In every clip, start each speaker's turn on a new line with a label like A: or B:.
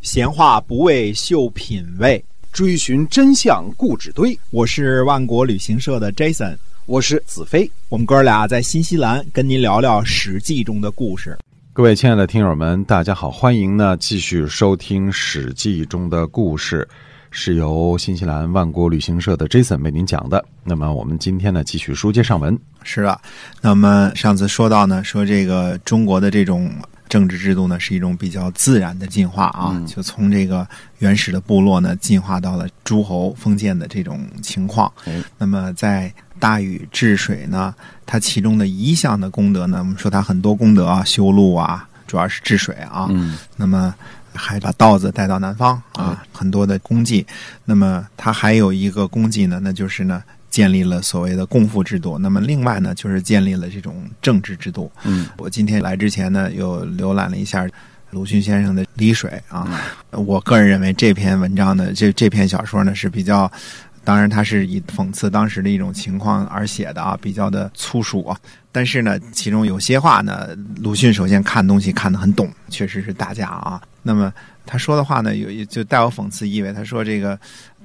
A: 闲话不为秀品味，
B: 追寻真相故纸堆。
A: 我是万国旅行社的 Jason，
B: 我是子飞。
A: 我们哥俩在新西兰跟您聊聊《史记》中的故事。
C: 各位亲爱的听友们，大家好，欢迎呢继续收听《史记》中的故事，是由新西兰万国旅行社的 Jason 为您讲的。那么我们今天呢，继续书接上文。
A: 是啊，那么上次说到呢，说这个中国的这种政治制度呢，是一种比较自然的进化啊，
C: 嗯
A: 就从这个原始的部落呢，进化到了诸侯封建的这种情况。
C: 哎
A: 那么在大禹治水呢，它其中的一项的功德呢，我们说它很多功德啊，修路啊，主要是治水啊，
C: 嗯
A: 那么还把稻子带到南方啊，很多的功绩。那么它还有一个功绩呢，那就是呢。建立了所谓的共富制度，那么另外呢，就是建立了这种政治制度。
C: 嗯，
A: 我今天来之前呢，又浏览了一下鲁迅先生的《丽水》啊，我个人认为这篇文章呢，这这篇小说呢是比较，当然它是以讽刺当时的一种情况而写的啊，比较的粗疏啊。但是呢，其中有些话呢，鲁迅首先看东西看得很懂，确实是大家啊。那么他说的话呢，有有就带有讽刺意味。他说这个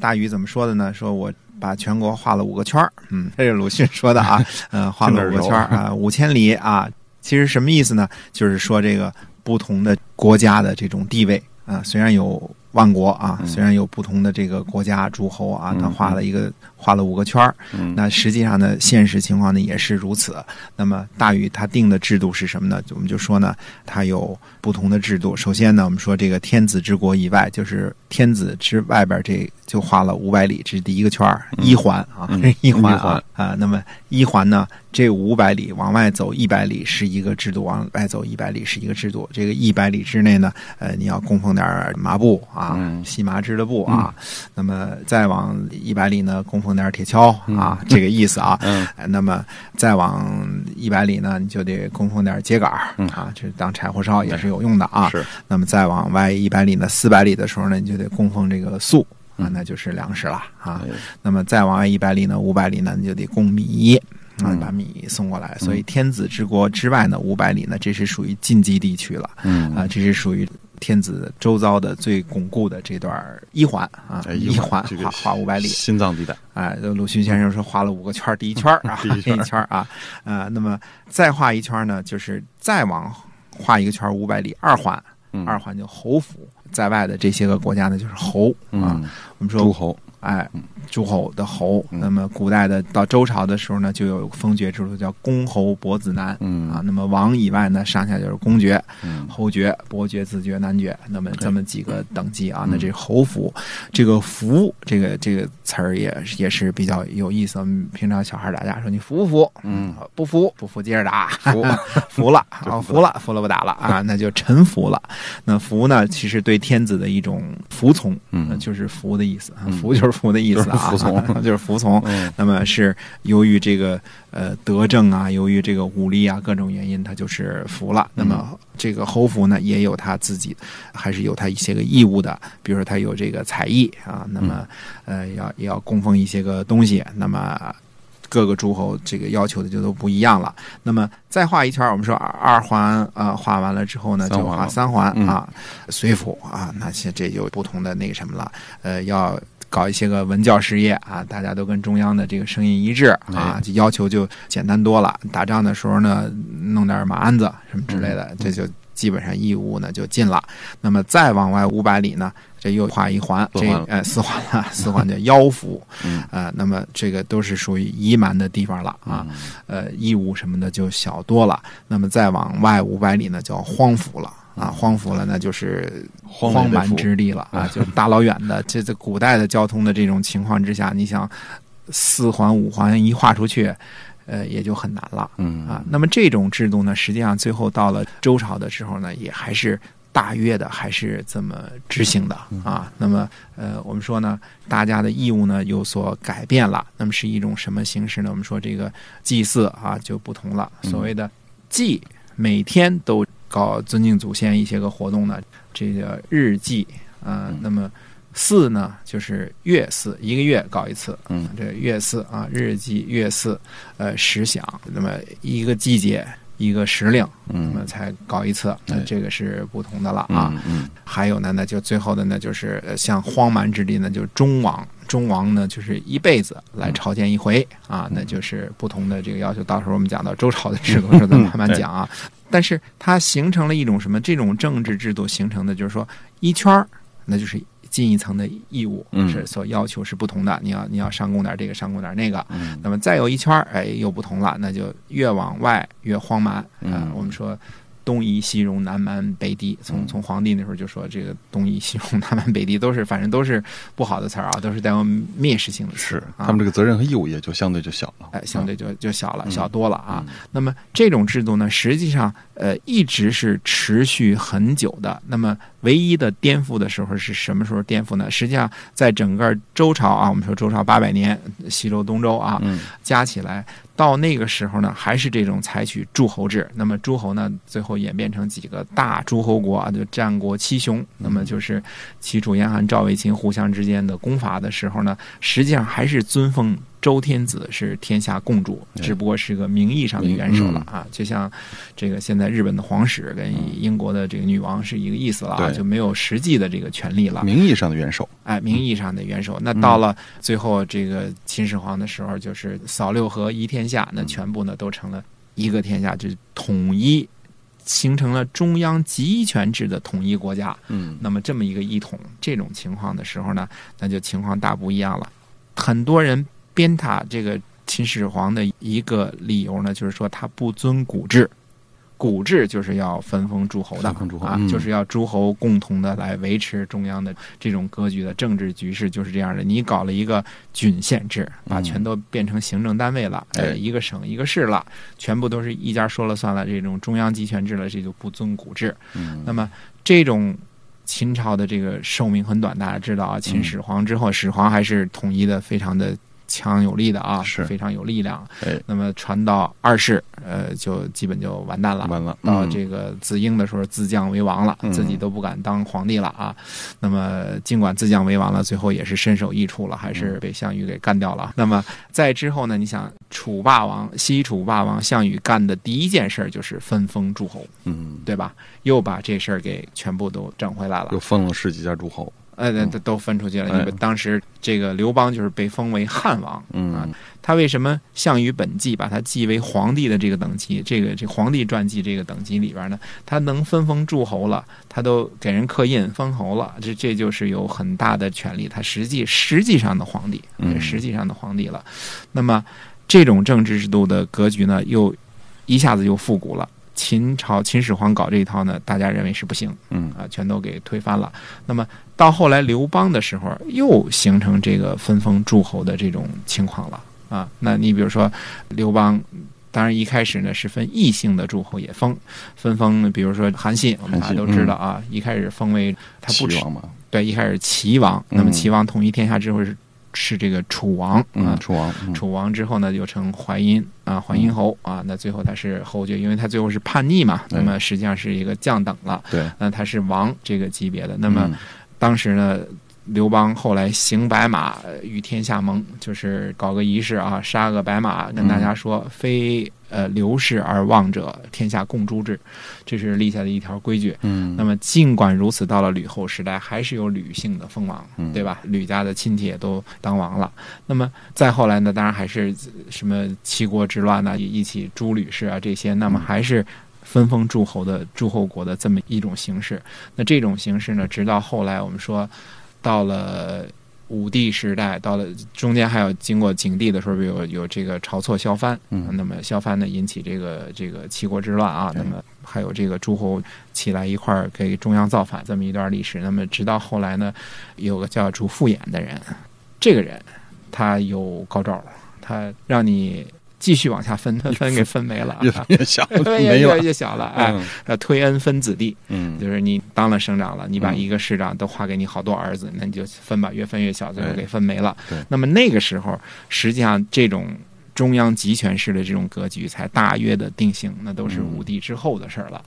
A: 大禹怎么说的呢？说我把全国画了五个圈儿，嗯， 这是鲁迅说的啊，呃，画了五个圈 儿啊，五千里啊。其实什么意思呢？就是说这个不同的国家的这种地位啊，虽然有万国啊，
C: 嗯
A: 虽然有不同的这个国家诸侯啊，他
C: 嗯
A: 画了一个画了五个圈儿，
C: 嗯
A: 那实际上呢，现实情况呢也是如此。那么大禹他定的制度是什么呢？我们就说呢，它有不同的制度。首先呢，我们说这个天子之国以外，就是天子之外边这就画了五百里，这是第一个圈儿，一环啊，
C: 嗯
A: 这是一环
C: 一环
A: 啊啊。那么一环呢，这五百里往外走一百里是一个制度，往外走一百里是一个制度。这个一百里之内呢，呃，你要供奉点儿麻布啊，
C: 嗯
A: 细麻织的布啊。那么再往一百里呢，供奉点儿铁锹啊，这个意思啊。
C: 嗯
A: 哎那么再往一百里呢，你就得供奉点秸秆儿、
C: 嗯
A: 啊，这当柴火烧也是有用的啊。
C: 是
A: 那么再往外一百里呢，四百里的时候呢，你就得供奉这个粟啊，那就是粮食了啊。
C: 嗯哎
A: 那么再往外一百里呢，五百里呢，你就得供米。啊
C: 嗯，
A: 把米送过来，所以天子之国之外呢，五百里呢，这是属于禁忌地区了
C: 嗯
A: 啊，这是属于天子周遭的最巩固的这段儿一环啊，
C: 哎
A: 一环
C: 这个
A: 划划五百里，
C: 心脏地带。
A: 哎，鲁迅先生说画了五个圈儿，第一圈儿 啊，
C: 第一圈儿
A: 儿啊，啊，那么再画一圈儿呢，就是再往画一个圈五百里，二环，
C: 嗯
A: 二环就侯府在外的这些个国家呢，就是侯啊。
C: 嗯，
A: 我们说
C: 诸侯。
A: 哎，诸侯的侯。
C: 嗯
A: 那么古代的到周朝的时候呢，就有封爵制度，叫公侯伯子男。
C: 嗯
A: 啊，那么王以外呢，上下就是公爵、
C: 嗯
A: 侯爵、伯爵、子爵、男爵，那么这么几个等级啊。
C: 嗯
A: 那这侯服，这个服这个这个词儿也是也是比较有意思。我们平常小孩打架说你服不服？
C: 嗯，
A: 啊不服不服接着打，
C: 服
A: 服了
C: 就
A: 啊，
C: 服
A: 服了，服了不打了啊，那就臣服了。那服呢，其实对天子的一种服从，
C: 嗯
A: 呃就是服的意思，啊
C: 嗯
A: 服就是服的意思
C: 就
A: 啊，
C: 是服从
A: 就是服从。
C: 嗯
A: 那么是由于这个呃德政啊，由于这个武力啊各种原因，他就是服了。那
C: 嗯
A: 么这个侯服呢，也有他自己，还是有他一些个义务的，比如说他有这个才艺啊，那么
C: 嗯
A: 呃要也要供奉一些个东西，那么。各个诸侯这个要求的就都不一样了。那么再画一圈儿，我们说二二环呃画完了之后呢，
C: 三
A: 就
C: 环
A: 画
C: 了
A: 三环
C: 嗯
A: 啊，随府啊，那些这有不同的那个什么了。呃，要搞一些个文教事业啊，大家都跟中央的这个声音一致啊
C: 哎，
A: 就要求就简单多了。打仗的时候呢，弄点马鞍子什么之类
C: 嗯
A: 的，这就基本上义务呢就尽了。那么再往外五百里呢，这又画一环，
C: 四
A: 这
C: 环了
A: 呃四环了， 四环叫腰腹
C: 嗯
A: 啊、那么这个都是属于夷蛮的地方了啊，呃义务什么的就小多了。那么再往外五百里呢，叫荒服了。啊，荒服了，那就是
C: 嗯荒
A: 荒
C: 蛮
A: 蛮之地了 啊！就是大老远的，这这古代的交通的这种情况之下，你想四环五环一划出去，呃，也就很难了
C: 嗯
A: 啊。那么这种制度呢，实际上最后到了周朝的时候呢，也还是大约的还是这么执行的啊。那么呃，我们说呢，大家的义务呢有所改变了。那么是一种什么形式呢？我们说这个祭祀啊就不同了。所谓的祭，每天都搞尊敬祖先一些个活动呢，这个日祭啊、
C: 嗯
A: 那么祀呢，就是月祀，一个月搞一次。
C: 嗯
A: 这月祀啊，日祭、月祀，呃，十响。那么一个季节一个时令，那么
D: 嗯
A: 才搞一次，那
D: 哎
A: 这个是不同的了啊。
D: 嗯嗯
A: 还有呢，那就最后的呢，就是呃像荒蛮之地呢，就是中王，中王呢就是一辈子来
D: 嗯
A: 朝见一回啊，那就是不同的这个要求。到时候我们讲到周朝的制度的
D: 嗯
A: 时候， 咱们慢慢讲啊。但是它形成了一种什么？这种政治制度形成的，就是说一圈儿，那就是进一层的义务，
D: 嗯
A: 是所要求是不同的。你要你要上供点这个，上供点那个，
D: 嗯
A: 那么再有一圈儿，哎，又不同了，那就越往外越荒蛮啊、
D: 嗯
A: 我们说东夷、西戎、南蛮、北狄，从
D: 嗯
A: 从皇帝那时候就说这个东夷、西戎、南蛮、北狄都是，反正都是不好的词儿啊， 都是带有蔑视性的词
D: 是
A: 儿，啊。
D: 他们这个责任和义务也就相对就小了，
A: 哎，相对就就小了，小多了啊。
D: 嗯
A: 那么这种制度呢，实际上呃一直是持续很久的。那么唯一的颠覆的时候是什么时候颠覆呢？实际上，在整个周朝啊，我们说周朝八百年，西周、东周啊，
D: 嗯
A: 加起来，到那个时候呢，还是这种采取诸侯制。那么诸侯呢，最后演变成几个大诸侯国啊，就战国七雄。那么就是齐、楚、燕、韩、赵、魏、秦互相之间的攻伐的时候呢，实际上还是尊奉周天子是天下共主，
D: 对嗯
A: 只不过是个名义上的元首了
D: 名
A: 啊。就像这个现在日本的皇室跟英国的这个女王是一个意思了啊，
D: 对
A: 就没有实际的这个权利了。
D: 名义上的元首，
A: 哎，名义上的元首。那到了最后这个秦始皇的时候，就是扫六合一天下，那全部呢都成了一个天下，就是统一，形成了中央集权制的统一国家。
D: 嗯
A: 那么这么一个一统这种情况的时候呢，那就情况大不一样了。很多人鞭挞这个秦始皇的一个理由呢，就是说他不遵古制。古制就是要分封诸侯的，
D: 分封诸侯
A: 啊，
D: 嗯
A: 就是要诸侯共同的来维持中央的这种格局的政治局势就是这样的。你搞了一个郡县制，把全都变成行政单位了，
D: 哎
A: 呃，一个省一个市了，全部都是一家说了算了，这种中央集权制了，这就不遵古制。
D: 嗯
A: 那么这种秦朝的这个寿命很短，大家知道
D: 嗯
A: 啊，秦始皇之后，始皇还是统一的非常的强有力的啊，
D: 是
A: 非常有力量。
D: 哎
A: 那么传到二世，呃，就基本就完蛋了。
D: 完了
A: 到
D: 嗯
A: 这个子婴的时候，自降为王了，
D: 嗯
A: 自己都不敢当皇帝了啊。那么尽管自降为王了，最后也是身首异处了，还
D: 嗯
A: 是被项羽给干掉了。啊那么在之后呢，你想楚霸王西楚霸王项羽干的第一件事儿就是分封诸侯，
D: 嗯
A: 对吧？又把这事儿给全部都整回来了
D: 又，封了十几家诸侯，
A: 呃，都都分出去了。
D: 哎
A: 因为当时这个刘邦就是被封为汉王，啊
D: 嗯，
A: 他为什么项羽本纪把他记为皇帝的这个等级，这个这皇帝传记这个等级里边呢，他能分封诸侯了，他都给人刻印封侯了，这这就是有很大的权力，他实际实际上的皇帝，
D: 嗯
A: 实际上的皇帝了。那么这种政治制度的格局呢，又一下子又复古了。秦朝秦始皇搞这一套呢，大家认为是不行，
D: 嗯
A: 啊，全都给推翻了。那么到后来刘邦的时候，又形成这个分封诸侯的这种情况了啊。那你比如说刘邦，当然一开始呢是分异姓的诸侯也封，分封，比如说韩信，我们大
D: 韩
A: 家
D: 信嗯
A: 都知道啊，一开始封为他
D: 齐
A: 不吃
D: 王嘛，
A: 对，一开始齐王，那么
D: 嗯
A: 齐王统一天下之后是是这个楚王啊
D: 嗯，，楚王，嗯
A: 楚王之后呢，又称淮阴啊，淮阴侯啊。那最后他是侯爵，因为他最后是叛逆嘛，
D: 对
A: 那么实际上是一个降等了。
D: 对，
A: 那他是王这个级别的。那么
D: 嗯
A: 当时呢，刘邦后来行白马呃与天下盟，就是搞个仪式啊，杀个白马，跟大家
D: 嗯
A: 说，非呃刘氏而望者，天下共诛之，这是立下的一条规矩。
D: 嗯，
A: 那么尽管如此，到了吕后时代，还是有吕姓的封王，
D: 嗯
A: 对吧？吕家的亲戚也都当王了。那么再后来呢，当然还是呃什么七国之乱呢，也一起诛吕氏啊这些，那么还是。分封诸侯的诸侯国的这么一种形式，那这种形式呢，直到后来我们说，到了武帝时代，到了中间还有经过景帝的时候，有有这个晁错、萧藩，
D: 嗯，
A: 那么萧藩呢引起这个这个七国之乱啊，那么还有这个诸侯起来一块儿给中央造反这么一段历史。那么直到后来呢，有个叫主父偃的人，这个人他有高招，他让你继续往下分，分分给分没了
D: 越来越 小，
A: 分
D: 没
A: 越
D: 了
A: 来，越小了，哎，
D: 嗯
A: 呃，推恩分子弟，
D: 嗯，
A: 就是你当了省长了，你把
D: 嗯
A: 一个市长都划给你好多儿子，那你就分吧，越分越小，最后
D: 对
A: 给分没了
D: 对。
A: 那么那个时候，实际上这种中央集权式的这种格局才大约的定型，那都是
D: 嗯
A: 武帝之后的事儿了。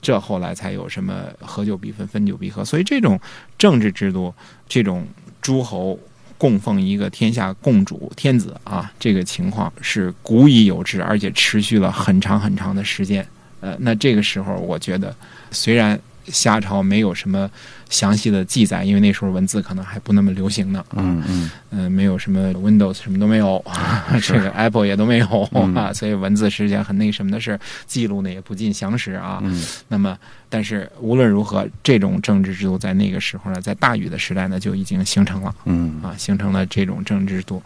A: 这后来才有什么合久必分，分久必合，所以这种政治制度，这种诸侯供奉一个天下共主天子啊，这个情况是古已有之，而且持续了很长很长的时间。呃，那这个时候，我觉得虽然夏朝没有什么详细的记载，因为那时候文字可能还不那么流行呢，啊，
D: 嗯嗯
A: 嗯、没有什么 Windows 什么都没有， 这 个 Apple 也都没有
D: 嗯
A: 啊，所以文字是件很那什么的事，记录呢也不尽详实啊。
D: 嗯
A: 那么，但是无论如何，这种政治制度在那个时候呢，在大禹的时代呢就已经形成了
D: 嗯
A: 啊，形成了这种政治制度。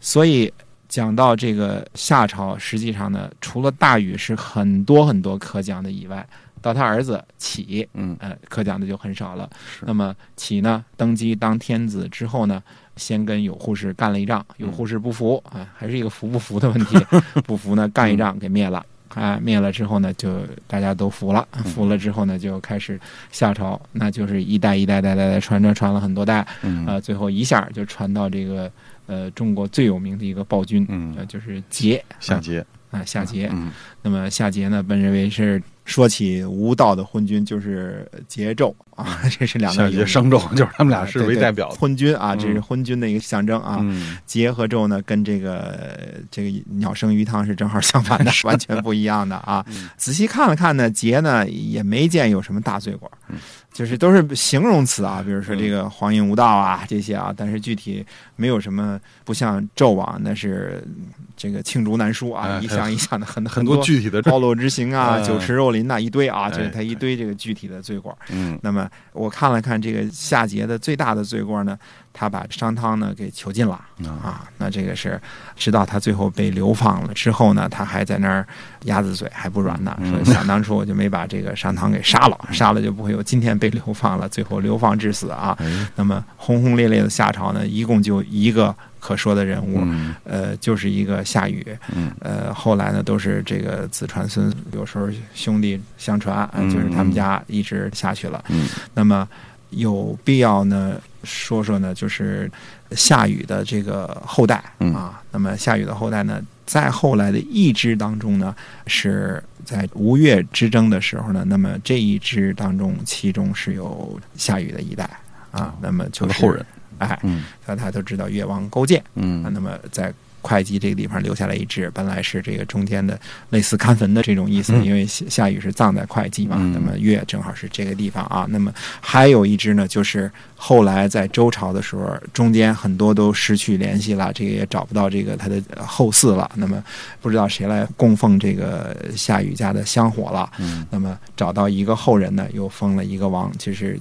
A: 所以讲到这个夏朝，实际上呢，除了大禹是很多很多可讲的以外，到他儿子启，
D: 嗯
A: 呃，可讲的就很少了。
D: 是
A: 那么启呢，登基当天子之后呢，先跟有扈氏干了一仗，
D: 嗯
A: 有扈氏不服啊，还是一个服不服的 问题，不服呢，干一
D: 嗯
A: 仗给灭了。啊，灭了之后呢，就大家都服了，
D: 嗯
A: 服了之后呢，就开始夏朝，那就是一代一代代代代传传传了很多代，
D: 嗯
A: 啊，最后一下就传到这个呃中国最有名的一个暴君，呃，
D: 嗯，
A: 就是桀
D: 夏桀，
A: 啊，夏桀。
D: 嗯
A: 那么夏桀呢，本认为是说起无道的昏君，就是桀纣啊， 这是两
D: 夏
A: 个
D: 桀、
A: 有
D: 商纣就是他们俩
A: 啊
D: 是
A: 对
D: 为
A: 对
D: 代表的
A: 昏君啊，
D: 嗯
A: 这是昏君的一个象征啊。
D: 嗯
A: 桀和纣呢，跟这个这个鸟生鱼汤是正好相反的，完全不一样的啊。
D: 嗯
A: 仔细看了看呢，桀呢也没见有什么大罪过，
D: 嗯
A: 就是都是形容词啊，比如说
D: 嗯
A: 这个荒淫无道啊这些啊，但是具体没有什么不像纣王那是嗯这个罄竹难书啊，
D: 哎
A: 一项一项的很
D: 很
A: 多
D: 多具体的
A: 暴露之刑 啊，
D: 嗯
A: 酒池肉林呐、一堆啊，
D: 哎
A: 就是他一堆这个具体的罪过。
D: 嗯
A: 那么我看了看这个夏桀的最大的罪过呢，他把商汤呢给囚禁了啊。那这个是直到他最后被流放了之后呢，他还在那儿鸭子嘴还不软呢，
D: 嗯
A: 说想当初我就没把这个商汤给杀了，杀了就不会有今天被流放了，最后流放致死啊。
D: 哎
A: 那么轰轰烈烈的夏朝呢，一共就一个可说的人物，
D: 嗯
A: 呃，就是一个夏禹。
D: 嗯
A: 呃，后来呢，都是这个子传孙，有时候兄弟相传，啊
D: 嗯
A: 就是他们家一直下去了。
D: 嗯
A: 那么有必要呢说说呢，就是夏禹的这个后代
D: 嗯
A: 啊。那么夏禹的后代呢，在后来的一支当中呢，是在吴越之争的时候呢，那么这一支当中，其中是有夏禹的一代啊。那么
D: 他
A: 就
D: 的
A: 是
D: 后人，，
A: 哎，
D: 嗯
A: 那他都知道越王勾践。啊，
D: 嗯
A: 那么在会稽这个地方留下来一支，本来是这个中间的类似看坟的这种意思，
D: 嗯
A: 因为夏夏禹是葬在会稽嘛，
D: 嗯
A: 那么越正好是这个地方啊。那么还有一支呢，就是后来在周朝的时候，中间很多都失去联系了，这个也找不到这个他的呃后嗣了。那么不知道谁来供奉这个夏禹家的香火了。
D: 嗯
A: 那么找到一个后人呢，又封了一个王，就是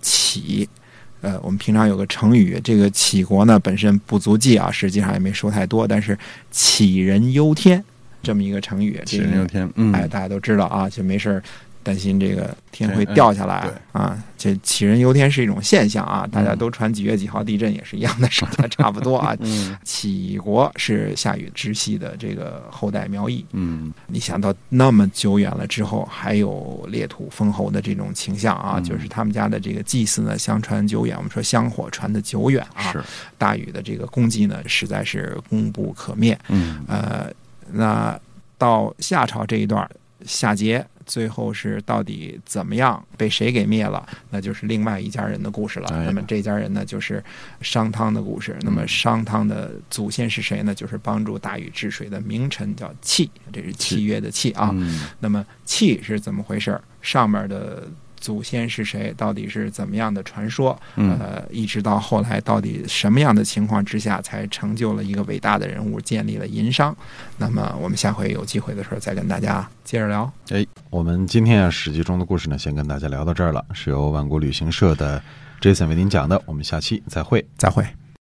A: 启。呃，我们平常有个成语，这个启国呢本身不足忌啊，实际上也没说太多，但是杞人忧天这么一个成语，
D: 杞
A: 这
D: 人忧
A: 个
D: 天，嗯
A: 哎，大家都知道啊，就没事儿担心这个天会
D: 天
A: 掉下来
D: 嗯
A: 啊。这杞人忧天是一种现象啊，大家都传几月几号地震也是一样的 事儿，差不多啊。
D: 嗯
A: 杞国是夏禹支系的这个后代苗裔，
D: 嗯
A: 你想到那么久远了之后，还有裂土封侯的这种倾向啊，
D: 嗯
A: 就是他们家的这个祭祀呢，相传久远。我们说香火传的久远啊，
D: 是
A: 大禹的这个功绩呢，实在是功不可灭。
D: 嗯
A: 呃，那到夏朝这一段儿，夏桀最后是到底怎么样被谁给灭了，那就是另外一家人的故事了。
D: 哎嗯
A: 那么这家人呢，就是商汤的故事。那么商汤的祖先是谁呢？就是帮助大禹治水的名臣，叫契，这是契约的契啊。
D: 嗯
A: 那么气是怎么回事儿？上面的祖先是谁？到底是怎么样的传说？
D: 嗯
A: 呃，一直到后来，到底什么样的情况之下，才成就了一个伟大的人物，建立了殷商？那么我们下回有机会的时候再跟大家接着聊。
C: 我们今天啊，《史记》中的故事呢，先跟大家聊到这儿了，是由万国旅行社的 Jason 为您讲的，我们下期再会。
A: 再会。